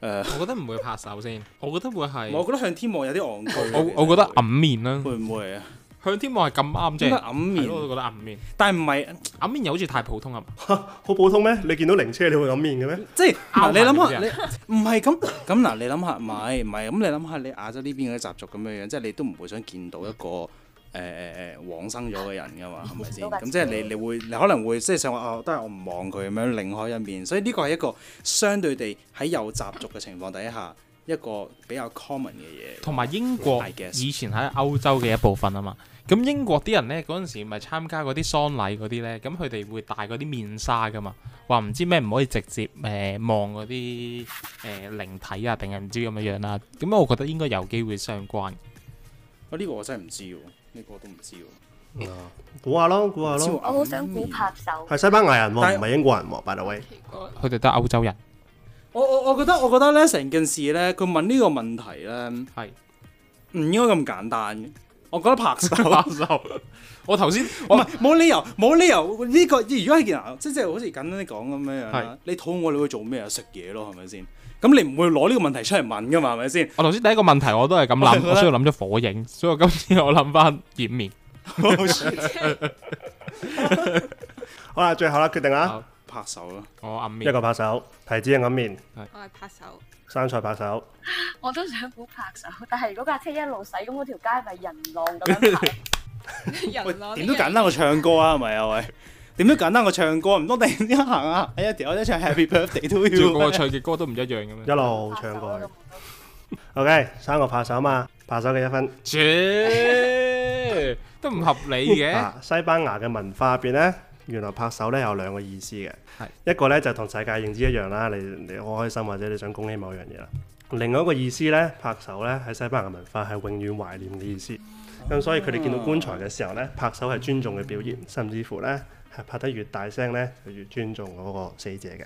誒，
我覺得唔會拍手先，我覺得會係
我覺得向天望有啲戇居。
我我覺得揞面啦，
會唔會啊？
向天望係咁啱
應該
啫，
掩
係咯我都
面，
覺得揞面，
但係唔係
揞面又好似太普通啊，
好普通咩？你見到靈車你會咁面嘅咩？
即係嗱，
拗
你
埋嗰啲
諗
人
下你唔係咁咁嗱，你諗下唔係唔係咁，你諗下你亞洲呢邊嗰啲習俗咁樣樣，即係你都唔會想見到一個。誒誒誒往生咗嘅人㗎嘛，係咪先？咁即係你你會你可能會即係想話哦，都係我唔望佢咁樣另開一面，所以呢個係一個相對地喺有習俗嘅情況底下一個比較 common 嘅嘢。
同埋英國
I guess
以前喺歐洲嘅一部分啊嘛。咁英國啲人呢，嗰陣時咪參加嗰啲喪禮嗰啲呢，咁佢哋會戴嗰啲面紗噶嘛，話唔知咩唔可以直接誒、呃望嗰啲誒靈體啊，定係唔知咁樣樣啦。咁我覺得應該有機會相關。
我啊呢個我真係唔知喎，呢個我都唔知喎。
估下咯，估下
嗯知
咯。
喎
我好想估拍手，
係西班牙人
但
喎，
係
唔係英國人喎，by the way。
奇怪，
佢哋都係歐洲人，
我我我覺得我覺得咧成件事咧，佢問呢個問題咧。
係 *laughs*
唔應該咁簡單嘅。我覺得拍手
拍手。我頭先
唔
我
係冇理由，冇理由呢、個。如果係件嗱即即係好似簡單啲講咁樣樣啦
係，
你肚餓你會做咩啊？食嘢咯，係咪先？咁你唔會攞呢個問題出嚟問噶嘛，係咪先？
我頭先第一個問題我都係咁
我覺
諗， *laughs*
得
我所以我諗咗火影，所以我今次我諗翻掩面。
好啦，最後啦，決定啦，
好
拍手咯，
我暗
一
面，
個拍手，提子揞面，
我係拍手，
生菜拍手。
我都想估拍手，但係如果架車一路駛，咁嗰條街咪人浪咁樣行。
喂
人，攞
點都簡單過唱歌啊，係咪啊？喂，
*laughs*
點都簡單過唱歌，唔通突然之間行啊？哎呀，條友一唱 Happy Birthday 都
照個
要咩。
唱嘅歌都唔一樣咁
*laughs* 一
嗯
樣。
路
拍
唱
手
過
我都
去
唔。
OK，三個拍手嘛，拍手嘅一分。
切，都唔合理嘅。
*laughs* 啊，西班牙嘅文化入邊咧，原來拍手咧有兩個意思嘅
係，
一個咧就同世界認知一樣啦，你你好開心或者你想恭喜某樣嘢啦。另外一個意思咧，拍手咧喺西班牙文化係永遠懷念嘅意思。咁所以佢哋見到棺材嘅時候咧，拍手係尊重嘅表現，甚至乎咧係拍得越大聲咧，就越尊重嗰個死者嘅。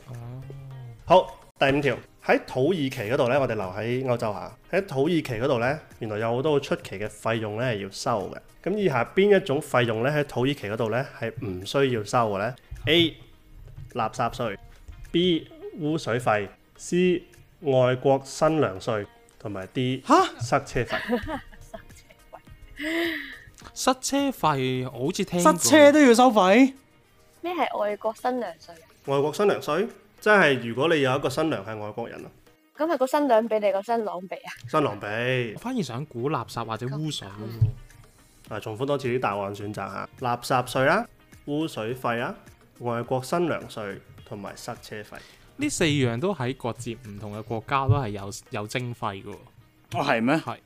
好，第五條喺土耳其嗰度咧，我哋留喺歐洲下。喺土耳其嗰度咧，原來有好多出奇嘅費用咧係要收嘅。咁以下邊一種費用咧喺土耳其嗰度咧係唔需要收嘅咧？A 垃圾税，B 污水費，C 外國新娘税，同埋 D
*laughs* 嚇
塞車費。
塞車費我好似聽
塞
過
車都要收費？
咩係外國新娘税？
外國新娘税，即係如果你有一個新娘係外國人啊，
咁係個新娘俾定個新郎俾
*laughs*
啊？
新郎俾
我。反而想估垃圾或者污水喎。
啊，重複多次啲答案選擇下：垃圾税啦、污水費啦、外國新娘税同埋塞車
*laughs*
費。
呢四樣都喺各自唔同嘅國家都係有有徵費嘅喎。
哦，係咩？
誒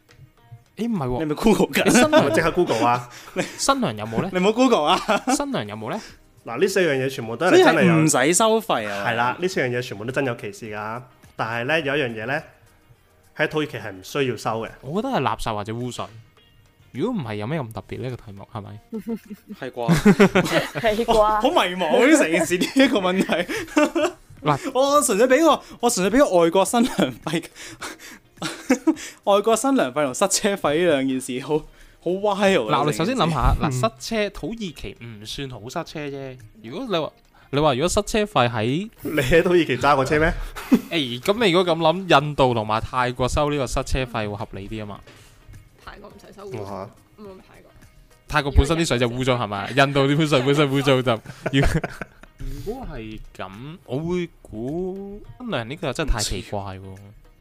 唔
你
係
咪 Google
*laughs* 喎，
緊？
新
係咪 *laughs* 即
娘
刻 Google 啊！
新娘有冇咧？
你冇 Google 啊？
新娘有冇咧？
嗱，呢四樣嘢全部都
所以
係真係
係唔
有，
使收費啊？
係啦，呢四樣嘢全部都真有其事㗎。但係咧有一樣嘢咧，喺土耳其係唔需要收嘅。 *laughs*
我覺得係垃圾或者污水。如果唔係，有咩咁特別呢個題目係咪？
*laughs* 係啩？
係
哇好
啩？
迷茫呢成件事呢一個問題。
嗱
*laughs* 我純粹俾個我純粹俾個外國新娘費， *laughs* 外國新娘費同塞車費呢兩件事好好 wild 啊。
*laughs* 嗱，我哋首
成件事
先諗，下，嗱，塞車土耳其唔算好塞車啫。如果你話你話如果塞車費喺
你喺土耳其揸過車咩？
誒咁，你如果咁諗，印度同埋泰國收呢個塞車費會合理啲啊嘛？
泰國唔使收
我
護，
嚇
唔係泰國，
泰國本身啲水就污糟係咪？ *laughs* 印度啲水本身污糟就要。如果係咁，我會 *laughs* 估新娘呢個又真係太奇怪喎。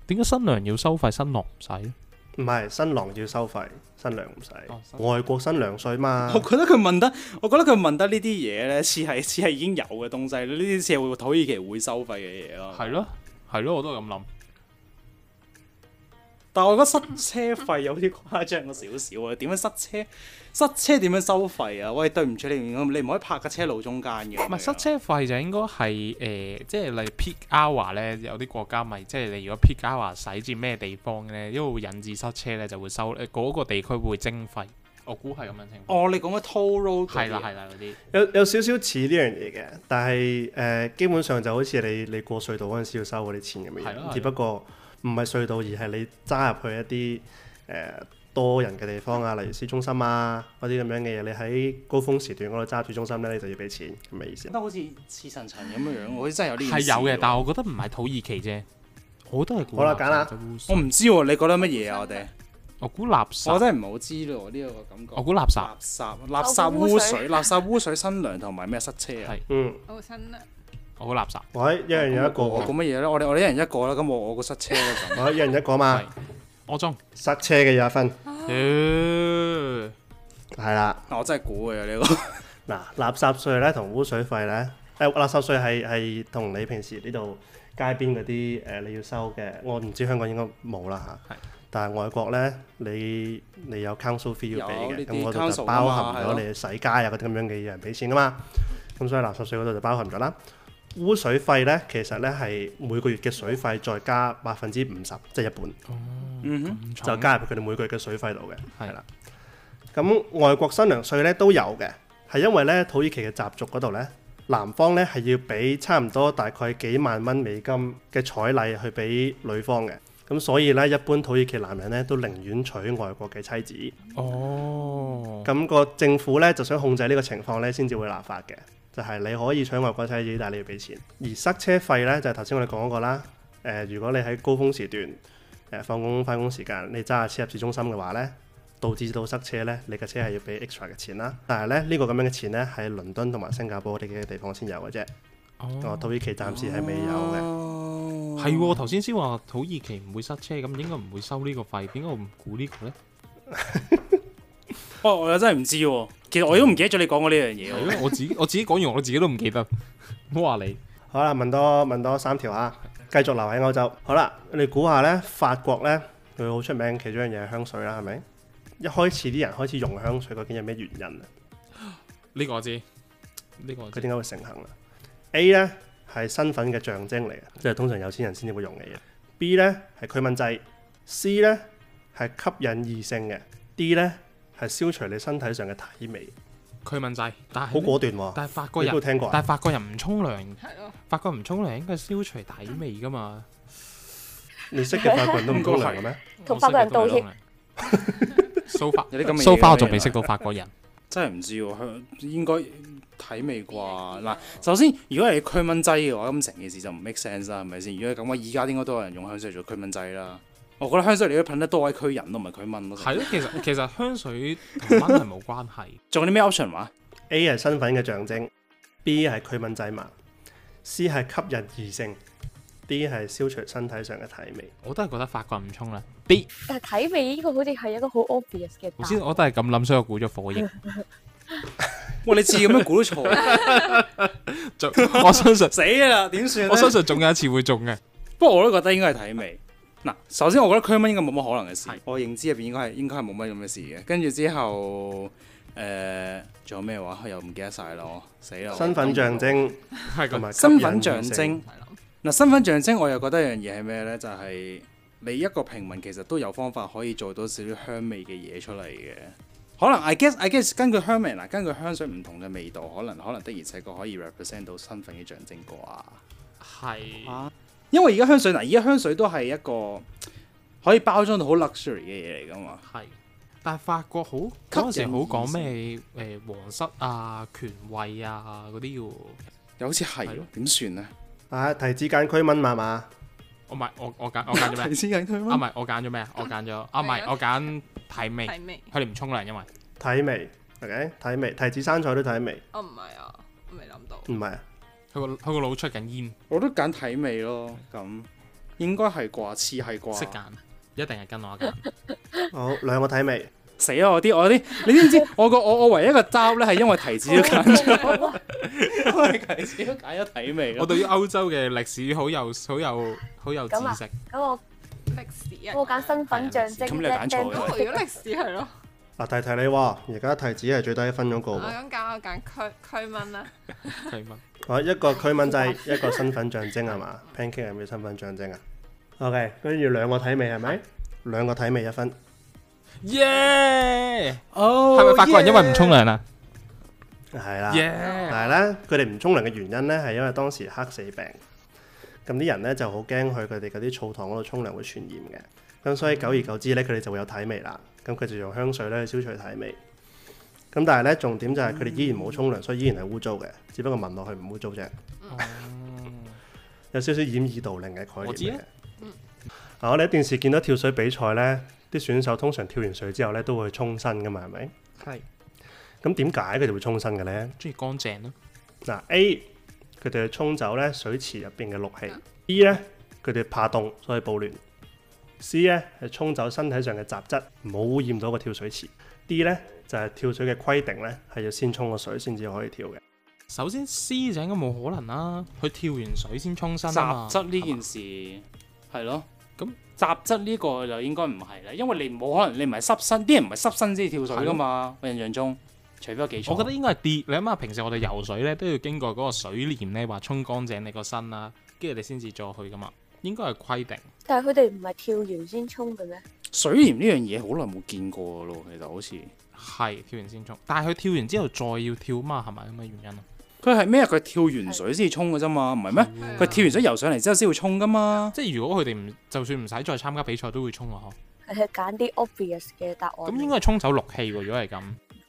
點解新娘要收費，新郎唔使？
唔係新郎要收費，新娘唔使。
哦新
外國新娘税
*laughs*
嘛
我，覺得佢問得，我覺得佢問得呢啲嘢咧，似係似係已經有嘅東西，呢啲似係會土耳其會收費嘅嘢咯。
係咯，係咯，我都係咁諗。
但係我覺得塞車費有啲誇張咗少少啊！點樣塞車？塞車點樣收費啊？喂，對唔住你，你唔可以泊架車路中間嘅。
唔係塞車費就應該係誒、呃即係例如 peak hour 咧，有啲國家咪即係你如果 peak hour 使至咩地方咧，因為會引致塞車咧，就會收誒嗰、個地區會徵費。我估係咁樣情況。
哦，你講嘅 toll road 嗰啲
係啦係啦嗰啲。
有有少少似呢樣嘢嘅，但係誒、呃基本上就好似你你過隧道嗰陣時要收嗰啲錢咁嘅
係咯係
嘢
咯，
只不過唔係隧道，而係你揸入去一啲誒、呃多人嘅地方啊，例如市中心啊嗰啲咁樣嘅嘢，你喺高峰時段嗰度揸住中心咧，你就要俾錢咁嘅意思
覺。得好似似層層咁樣樣，好似真係有呢
係
件事
有嘅，但係
喎
我覺得唔係土耳其啫，我都係估。
好啦揀啦，
我唔知喎，你覺得乜嘢啊？我哋
我估垃
我
圾，
真係唔係好知咯，呢個感覺。
我估垃圾，
垃圾、垃圾污水、垃圾污水、新娘同埋咩塞車啊
係？
嗯，
我新啦，
我估垃圾。
我喺一人有一個
我
喎
講，哦乜嘢咧？我哋我哋一人一個啦，咁我我個塞車咧
*laughs*
咁。
我一人一個嘛
係，我中。
塞車嘅廿分，
呃
係啦。
嗱我真係估嘅呢個。
嗱，垃圾税咧同污水費咧，誒、垃圾税係係同你平時呢度街邊嗰啲誒你要收嘅，我唔知香港應該冇啦嚇
係。
但係外國咧，你你有 council fee 要俾
有呢
嘅，
啲
咁嗰度
council
就
啊嘛
包含
係咯
咗你洗街啊嗰啲咁樣嘅嘢人俾錢噶嘛。咁所以垃圾税嗰度就包含咗啦。污水費咧，其實咧係每個月嘅水費再加百分之五十，即係一半。
嗯哼，
唔重
就加入佢哋每個月嘅水費度嘅，
係
係啦。咁外國新娘税咧都有嘅，係因為咧土耳其嘅習俗嗰度咧，男方咧係要俾差唔多大概幾萬蚊美金嘅彩禮去俾女方嘅，咁所以咧一般土耳其男人咧都寧願娶外國嘅妻子。
哦，
咁個政府咧就想控制呢個情況咧，先至會立法嘅，就係、你可以搶外國妻子，但係你要俾錢。而塞車費咧就係頭先我哋講嗰個啦。誒、如果你喺高峰時段誒、放工翻工時間，你揸下車入市中心嘅話咧，導致到塞車咧，你嘅車係要俾 extra 嘅錢啦。但係咧呢、呢個咁樣嘅錢咧喺倫敦同埋新加坡呢幾個地方先有嘅啫，哦，
哦，
土耳其暫時係未有嘅。
哦
係喎，頭先先話土耳其唔會塞車，咁應該唔會收呢個費，點解我唔估呢個咧？
哦，我又真係唔知喎。其實我都唔記得咗你講過呢樣嘢
係
喎。
咯，我自己我自己講完我自己都唔記得， *laughs* 唔好話你。
好啦，問多問多三條啊，繼續留喺歐洲。好啦，你估下呢？法國呢，佢好出名其中一樣嘢係香水啦，係咪？一開始啲人開始用香水，究竟有咩原因啊？
呢個我知，呢個我
佢
知。
點解會盛行啊？A 呢係身份嘅象徵嚟嘅，即係通常有錢人先至會用嘅嘢。B 呢係驅蚊劑，C 呢係吸引異性嘅，D 呢係消除你身體上嘅體味。
佢問制，但
好
係
果斷喎、
但係法國
你都
人，
聽過啊？
但係法國人唔沖涼，
係咯，
法國唔沖涼應該消除體味㗎嘛。
你識嘅法國人都唔沖涼嘅咩？
同法國人道歉
*laughs* 蘇法
有啲咁嘅嘢
蘇花
咩
仲未識到法國人，
真係唔知喎，香應該睇味啩。嗱，首先如果係驅蚊劑嘅話，咁成件事就唔 make sense 啦，係咪先？如果係咁嘅，依家應該都有人用香水做驅蚊劑啦。我覺得香水你都噴得多喺驅人都唔係驅蚊
*laughs*
咯。
係咯。其實其實香水同蚊係冇關係。 *laughs*
仲有啲咩 option 話？
A 係身份嘅象徵，B 係驅蚊劑嘛，C 係吸引異性，D 係消除身體上嘅體味。
我都係覺得法國人唔沖
啊
涼。B，
但係體味呢個好似係一個好 obvious 嘅
我
答
先
案。
我都係咁諗，所以我估咗火
*laughs*
影。
哇！你自己咁樣估都
*laughs*
錯，
就 *laughs* 我相
*laughs*
信，
死啦！點算呢啊
我相信總有一次會中嘅。
不過我都覺得應該係體味。嗱，首先我覺得驅蚊應該冇乜可能嘅事，我認知入邊應該係應該係冇乜咁嘅事嘅。跟住之後，誒、呃仲有咩話？又唔記得晒咯，死啦！
身份象徵
係
同埋吸引
身份
異
象徵
性，
係咯，
嗱，身份象徵我又覺得一樣嘢係咩呢？就係、你一個平民其實都有方法可以做到少少香味嘅嘢出嚟嘅。可能 I guess I guess 根據香味嗱，根據香水唔同嘅味道，可能可能的而且確可以 represent 到身份嘅象徵啩。
係
因為而家香水嗱，而家香水都係一個可以包裝到好 luxury 嘅嘢嚟噶嘛。
係，但係法國好嗰陣時好講咩誒皇室啊、權位啊嗰啲喎。
又好似係
係
喎
咯
點算呢？
啊，提子間驅蚊嘛係嘛，
哦我唔係我我揀我揀咗
*laughs*
咩
提？先緊佢
啊唔係我揀咗咩啊？我揀咗啊唔係我揀體味，
係味，
佢哋唔沖涼，因為
體味，OK，體味，提子生菜都體味，
我唔係啊，我未諗到，
唔係啊
佢個佢個腦出緊煙，
我都揀體味咯，咁應該係啩，似係
識
啩。
揀。一定係跟
*laughs*
我一間。
好，兩個睇未？
死啦！我啲我啲，你知唔 *laughs* 知我個我我唯一一個 doubt 咧係因為提子都揀咗，因為提子都揀咗體味
我
咯。
對於歐洲嘅歷史好有好有好有
啊
知識。
咁我
歷史啊，
我揀身份象徵
咁你又揀錯
咁我
嘅
如果歷史係咯，
嗱，提提你喎，而家提子係啊最低分嗰個
我
喎。
咁揀我揀區區蚊啦，
佢
*laughs*
問
啊，一個區文就係一個身份象徵係嘛？Pancake 係咪身份象徵啊？OK，跟住兩個體味係咪？兩個體味一分，
耶！
哦
係咪法國人因為唔沖？涼啊？
係啦。
耶！
但係咧，佢哋唔沖涼嘅原因咧，係因為當時黑死病，咁啲人咧就好驚去佢哋嗰啲澡堂嗰度沖涼會傳染嘅，咁
嗯
所以久而久之咧，佢哋就會有體味啦。咁佢就用香水咧去消除體味。咁但係咧，重點就係佢哋依然冇沖涼，所以依然係污糟
嗯
嘅，只不過聞落去唔污糟啫。有少少掩耳盜鈴嘅概念
我知
嚟嘅
嗯啊。
啊，我哋喺電視見到跳水比賽咧，啲選手通常跳完水之後咧都會去沖身噶嘛，係咪？
係
咁點解佢哋會沖身嘅咧？
中意乾淨啊咯。
嗱 A 佢哋去沖走咧水池入邊嘅氯
嗯
氣，B 咧佢哋怕凍所以保暖，C 咧係沖走身體上嘅雜質，唔好污染到個跳水池，D 咧就係、跳水嘅規定咧係要先沖個水先至可以跳嘅。
首先 C 就應該冇可能啦，佢跳完水先沖身啊嘛
雜質呢件事係咯，
咁
雜質呢個就應該唔係啦，因為你冇可能你唔係濕身，啲人唔係濕身先跳水噶嘛。我印象中，除非我記錯，
我覺得應該係 D。你諗下，平時我哋游水咧都要經過嗰個水簾咧，話沖乾淨你個身啦，跟住你先至再去噶嘛。應該係規定。
但係佢哋唔係跳完先沖嘅咩？
水鹽呢樣嘢好耐冇見過咯，其實好似
係跳完先沖，但係佢跳完之後再要跳嘛，係咪咁嘅原因啊？
佢係咩？佢跳完水先沖嘅啫嘛，唔係咩？
嗯
係
佢
啊
跳完水游上嚟之後先會沖噶嘛。
即係如果佢哋唔就算唔使再參加比賽都會沖啊！
係揀啲 obvious 嘅答案。
嗬，咁應該係沖走氯氣喎。如果係咁，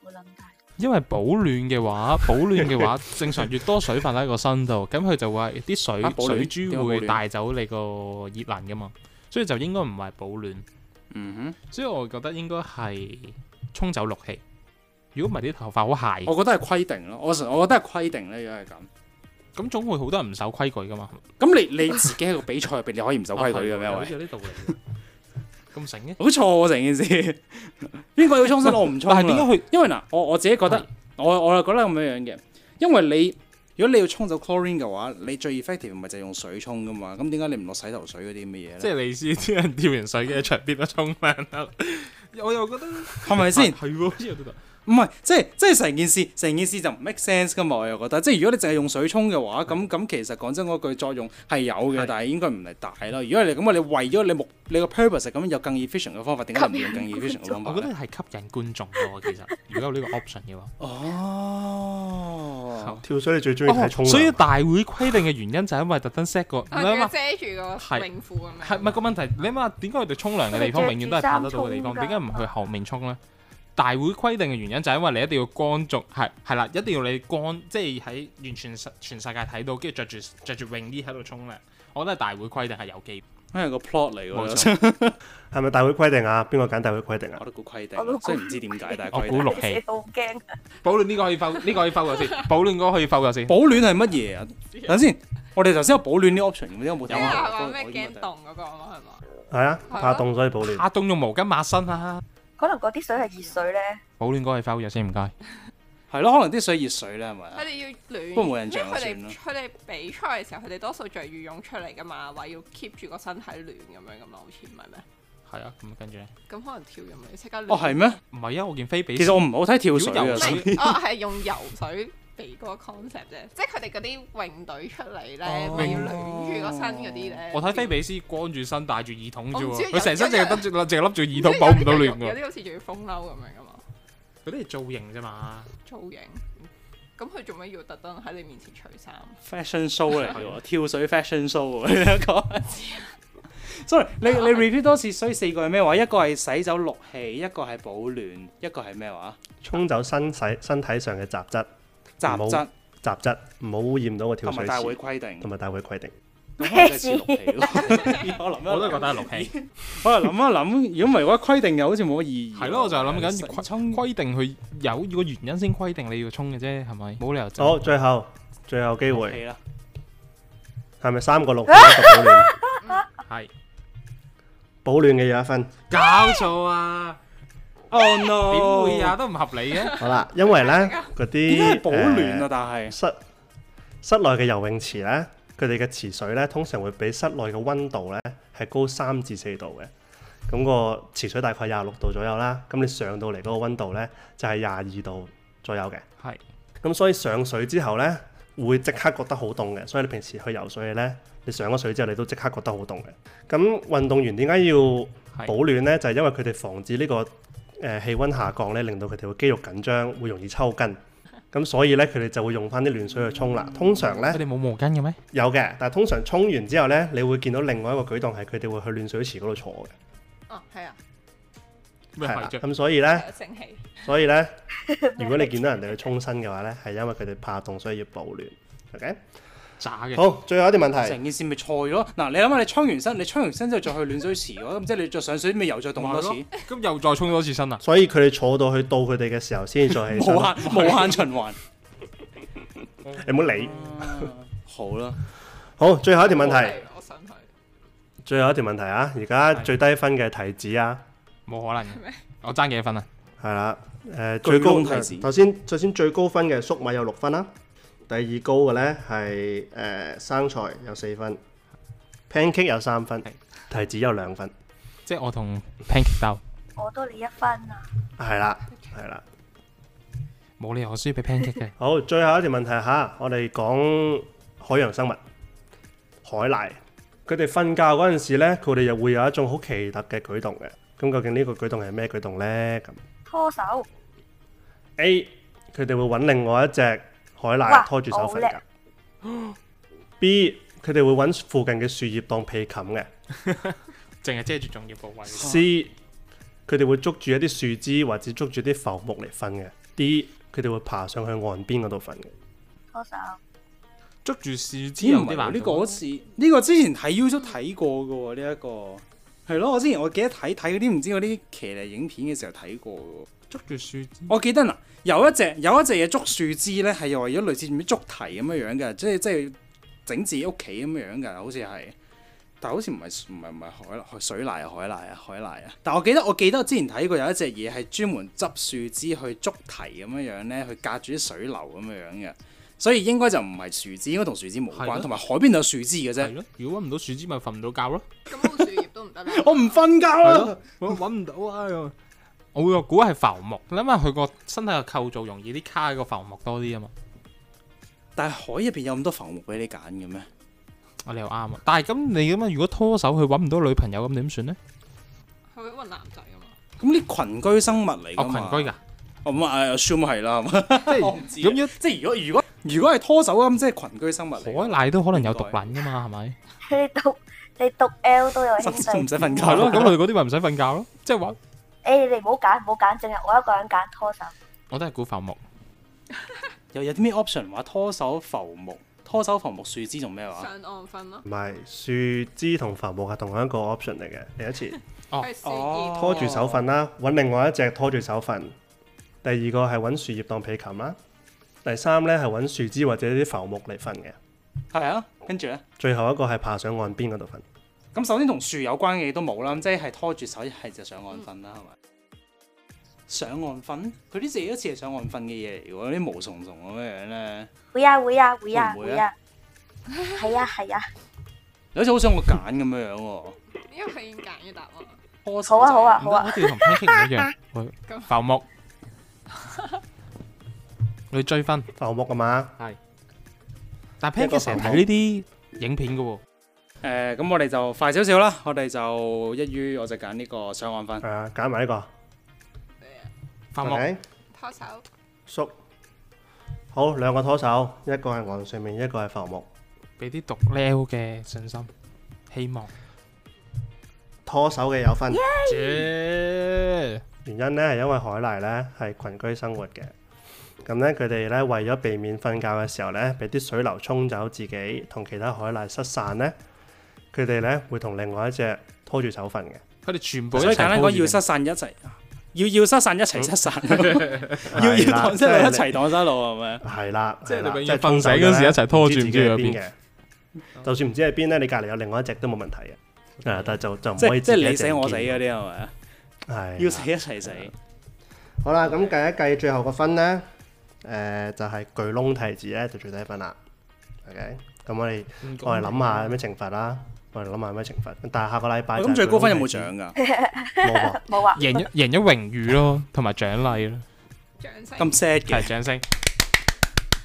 我諗大。
因為保暖嘅話， *laughs* 保暖嘅話，正常越多水分喺個身度，咁佢就會啲水、
啊保暖
水
點解
珠
保
會
暖
帶走你個熱能噶嘛，所以就應該唔係保暖。
嗯
所以我覺得應該係沖走氯氣。如果唔係啲頭髮好
哼，
鞋，
我覺得係規定咯。我純我覺得係規定咧，如果係咁。
咁總會好多人唔守規矩噶嘛。
咁
*laughs*
你你自己喺個比賽入邊，你可以唔守規矩嘅咩？
啊係喎有
喂，
有呢道理嘅。咁醒嘅？
好錯喎成件事。 *laughs* 邊個要沖身我唔沖啊
但係點解
啦？
佢
因為嗱，我我自己覺
係
得，我我係覺得咁樣樣嘅，因為你如果你要沖走 chlorine 嘅話，你最 effective 咪就係用水沖噶嘛。咁點解你唔落洗頭水嗰啲咁嘅嘢
即
咧？
係你意思啲人跳完水嘅 *laughs* 場邊都沖涼啦？我又覺得啊
係咪先？
係喎，好似有啲道理
唔係，即係即係成件事，成件事就唔 make sense 噶嘛。我又覺得，即係如果你淨係用水沖嘅話，咁咁其實講真嗰句作用係有嘅
嗯係，
但係應該唔係大咯。如果你咁啊，你為咗你目你個 purpose 係咁樣有更 efficient 嘅方法，點解你唔用更 efficient 嘅方法
*laughs* 我覺
呢
得？係吸引觀眾嘅 *laughs* 喎，其實如果有呢個 option 嘅話，
哦，
跳水你最中意睇沖啊
所以
涼，
大會規定嘅原因就係因為特登 set 個，
我
啊
你諗
仲
下
要遮住個
係
泳褲咁樣。
係咪個問題？你諗下點解佢哋沖涼嘅地方永遠都係拍得到嘅地方，點解唔去後面沖呢？大會規定嘅原因就係因為你一定要乾足，係係啦，一定要你乾，即係喺完全世全世界睇到，跟住着住着住泳衣喺度沖涼。我覺得係大會規定係有機，
因為個 plot 嚟
冇
喎，
係咪大會規定啊？邊個揀大會規定
我
哦
啊？
都估規
我都
定，
估
雖然唔知點解，但係
我
規
估
定。
六
你
氣，
好驚啊！
保暖呢個可 *laughs* 以 foul，呢個可以 foul 咗先，保暖嗰個可以 foul 咗先。
保暖係乜嘢啊？等先，我哋頭先有保暖呢 option 嘅，有冇
即
睇
*laughs* 係
啊
話咩驚凍嗰個啊嘛，
係啊，
係啊
怕凍所以保暖。
阿凍用毛巾抹身啊！
可能嗰啲水係熱水咧，
保暖嗰個可以 foul 咗先，唔該。
係咯，可能啲水熱水咧係咪
係嘛？佢
啊？
哋要暖，
不過冇印象
因為佢
算啦
哋佢哋比賽嘅時候，佢哋多數着羽絨出嚟噶嘛，話要 keep 住個身體暖咁樣噶嘛，好似唔係咩？
係啊，咁跟住咧，
咁可能跳入咪即刻
哦
暖。
係咩？
唔係啊，我見飛比
其實我唔好睇跳水
如果
啊
游
所以
水
係哦，係用游水俾嗰個 concept 啫，即係佢哋嗰啲泳隊出嚟咧，咪、
哦
要暖住個身嗰啲咧。
我睇菲比斯光住身戴住耳筒啫
我唔
喎，
知
佢成身淨係得住淨係笠住耳筒，保
保
唔到暖
有
㗎。
啲好似仲要風褸咁樣噶嘛，
嗰啲係造型啫嘛。
造型。咁佢做咩要特登喺你面前除衫？
fashion show 嚟嘅喎，跳水 fashion show 喎，你一個。sorry，你你 repeat 多次，所以四個係咩話？一個係洗走氯氣，一個係保暖，一個係咩話？
沖走身體身體上嘅雜質，
雜質
雜質唔好污染到個跳
同埋
水
大會
池，
規定
同。埋大會規定。
咁可能真係似氯
*laughs*
氣喎我諗一諗
我都係覺得係 *laughs* 六氣，
我係諗一諗，如果唔係嘅話，規定又好似冇乜意義喎。
係咯，我就諗緊
實
規
沖
規定佢有個原因先規定你要沖嘅啫，係咪？冇理由就
好，最後最後機
氣
會
啦。 *laughs*
係咪三個六一個保暖？
係
保暖嘅有一分。
搞錯啊！
Oh
點
no！
會啊？？都唔合理嘅。
好啦，因為
*laughs*
呢嗰
點解係
啲
保暖啊？
呃
但係
室室內嘅游泳池呢，佢哋嘅池水呢，通常會比室內嘅温度呢係高三至四度嘅。咁、個池水大概廿六度左右啦，咁你上到嚟嗰個温度呢，就係廿二度左右嘅。
係
咁所以上水之後呢，會即刻覺得好凍嘅。所以你平時去游水嘅呢，你上咗水之後，你都即刻覺得好凍嘅。咁運動員點解要
係
保暖呢？就係、因為佢哋防止呢、個誒、呃、氣温下降呢，令到佢哋會肌肉緊張，會容易抽筋。咁所以呢，佢哋就會用翻啲暖水去沖
嗯
啦。通常呢
佢，哋冇毛巾嘅咩？
有嘅，但係通常沖完之後呢，你會見到另外一個舉動係佢哋會去暖水池嗰度坐
哦，係啊，
嘅，
咩
係
係
啦。
啫？
咁所以呢，
有正氣。
所以呢，如果你見到人哋去沖身嘅話呢，係因為佢哋怕凍，所以要保暖。OK。
渣嘅。
好，最後一條問題，
成件事咪錯咯？嗱，你諗下，你沖完身，你沖完身之後再去暖水池嗰， *laughs* 咁即係你再上水咪又再凍多次，
咪咁又再沖多次身啊！
所以佢哋坐到去到佢哋嘅時候先至再
*laughs* 無
起身。
啊
限無限循環。
你唔好理。
好啦，
好，最後一條問
啊
題，
係，我想去。
最後一條問題啊！而家最低分嘅提子啊，
冇可能嘅。我爭幾多分啊？
係啦，誒、
巨
最高
窿提子
頭先首先最高分嘅粟米有六分啦，第二高嘅呢係誒生菜有四分，pancake 有三分，提子有兩分，
即係我同 Pink 鬥，
我多你一分啊！
係啦，係啦。
冇理由我輸俾 Pink 嘅。
好，最後一條問題嚇，我哋講海洋生物，海奶。佢哋瞓覺嗰陣時呢，佢哋又會有一種好奇特嘅舉動嘅。咁究竟呢個舉動係咩舉動呢？咁
拖手，
A，佢哋會揾另外一隻海奶
哇
拖住手
好
瞓
叻
覺。B，佢哋會揾附近嘅樹葉當被冚嘅。
*laughs* 淨係遮住重要部位。
C，佢哋會捉住一啲樹枝或者捉住啲浮木嚟瞓嘅。D，佢哋會爬上去岸邊嗰度瞓嘅。
拖手， *laughs*
捉住樹枝
咦
有
唔
啲
係喎
難
呢個
度。
好似呢個之前睇 YouTube 睇過嘅喎，呢一個係咯，我之前我記得睇睇嗰啲唔知嗰啲騎呢影片嘅時候睇過嘅喎。
捉住樹枝。
我記得嗱，有一隻有一隻嘢捉樹枝咧，係為咗類似唔知捉蹄咁樣樣嘅，即係即係整自己屋企咁樣樣嘅，好似係。但好似唔係唔係唔係海海水奶啊，海奶啊，海奶啊！但我記得我記得我之前睇過有一隻嘢係專門執樹枝去捉蹄咁樣樣咧，去隔住啲水流咁樣樣嘅，所以應該就唔係樹枝，應該同樹枝無
係咯
關，同埋海邊度有樹枝嘅
係
啫。。
咯，如果揾唔到樹枝，咪瞓唔到覺咯。
咁冇樹葉都唔得啦
*laughs* 我唔瞓覺啊
係
啦
咯，，我揾唔到啊！
*laughs*
又我會估係浮木，你諗下佢個身體嘅構造容易啲卡喺個浮木多啲啊嘛。
但係海入邊有咁多浮木俾你揀嘅咩？
我哋又啱啊！但係咁你咁啊，如果拖手佢揾唔到女朋友咁點算呢？
佢會揾男仔噶嘛？
咁啲群居生物嚟㗎
哦，
嘛？
群
*laughs*
居㗎，
我咁啊，assume 係啦，係嘛？
*laughs*
我唔知啊
咁樣
即係如果如果如果係拖手咁，即係群居生物嚟
海
㗎。
奶都可能有毒撚㗎嘛，係咪？
你讀你讀 L 都有
甚
興
至都唔
趣。
使瞓覺
係咯，咁啊佢嗰啲咪唔使瞓覺咯，即係話
*laughs* 誒，你唔好揀，唔好揀，淨係我一個人揀拖手。
我都係估浮木。
又有啲咩 option 話拖手浮木、拖手浮木樹枝仲咩話？
上岸瞓咯，
哦
唔係樹枝同浮木係同一個 option 嚟嘅。嚟一次。
哦
佢係樹葉。
拖住手瞓啦，揾另外一隻拖住手瞓。第二個係揾樹葉當被冚啦。第三呢係揾樹枝或者啲浮木嚟瞓嘅。
係啊，跟住咧，
最後一個係爬上岸邊嗰度瞓。
咁首先同樹有關嘅嘢都冇啦，咁即係拖住手一係就上岸瞓啦，係咪？上岸瞓，佢啲嘢都似係上岸瞓嘅嘢嚟喎，啲毛蟲蟲咁樣樣咧，
會啊會啊會啊
會唔會
會啊，
*laughs*
係啊係啊，
你好似好想我揀咁樣樣喎。
因為佢已經揀咗答案。
拖手
好啊
就
唔
好啊好
係
得，
啊
我，哋同 Pancake 唔
*laughs*
一樣，喂
咁
浮木。你追分，
浮木啊嘛，
但
一個
Pancake
浮
成
木
日睇呢啲影片㗎喎。
誒，咁、我哋就快少少啦，我哋就一於我就揀呢個上岸瞓。
係啊，揀埋呢個。
浮木
OK，
拖手，
縮。好，兩個拖手，一個係岸上面，一個係浮木。
俾啲讀 level 嘅信心、希望。
拖手嘅有分，
姐，
原因呢係因為海奶呢係群居生活嘅。咁呢，佢哋呢為咗避免瞓覺嘅時候呢，俾啲水流沖走自己同其他海奶失散呢，佢哋呢會同另外一隻拖住手瞓嘅。
佢哋全部一
所以
齊
簡單
高
講，
二
要
嘅
失散一齊，要要失散一齊
*laughs*
失散，要
嗯係
要
啦
蕩失路一齊蕩失路係咪？
係啦，
即係你
係啦
永遠瞓醒嗰時一齊拖住唔知去邊
嘅。就算唔知喺邊咧，你隔離有另外一隻都冇問題嘅。啊，但係就就唔
即
可以
係即
自己
係你死我死
一
嗰啲係咪啊？
隻耳
要
係啊。
死一齊死，
好啦，咁計一計最後個分咧，誒就係巨窿提子咧就最低分啦。OK，咁我哋我哋諗下有咩懲罰啦，我哋諗下有咩懲罰。但係下個禮拜
喂
就
咁最高分有冇
巨窿
獎㗎？
提子？冇喎。
冇啊，
贏一贏一榮譽咯，同埋獎勵咯，
掌聲。
咁 sad 嘅
係，掌聲。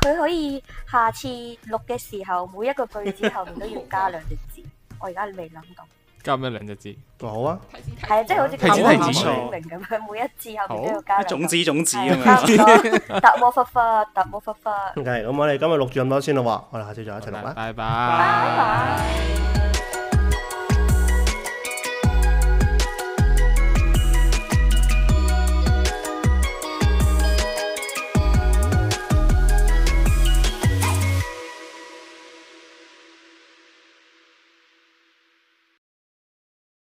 佢可以下次錄嘅時候，每一個句子後面都要加兩隻字。 *laughs* 我而家未諗到，
加咩兩隻字？
哦好啊，
提子提
係啊，即係好似
提
哦
子
啱啱
提子
講明咁樣，每一字後面都要加兩個
種子種子咁
係差
樣。
唔多，突摩忽忽，突摩忽忽。
OK，咁我哋今日錄住咁多先咯喎，我哋下次再一齊錄啦。
拜
拜
拜。
拜。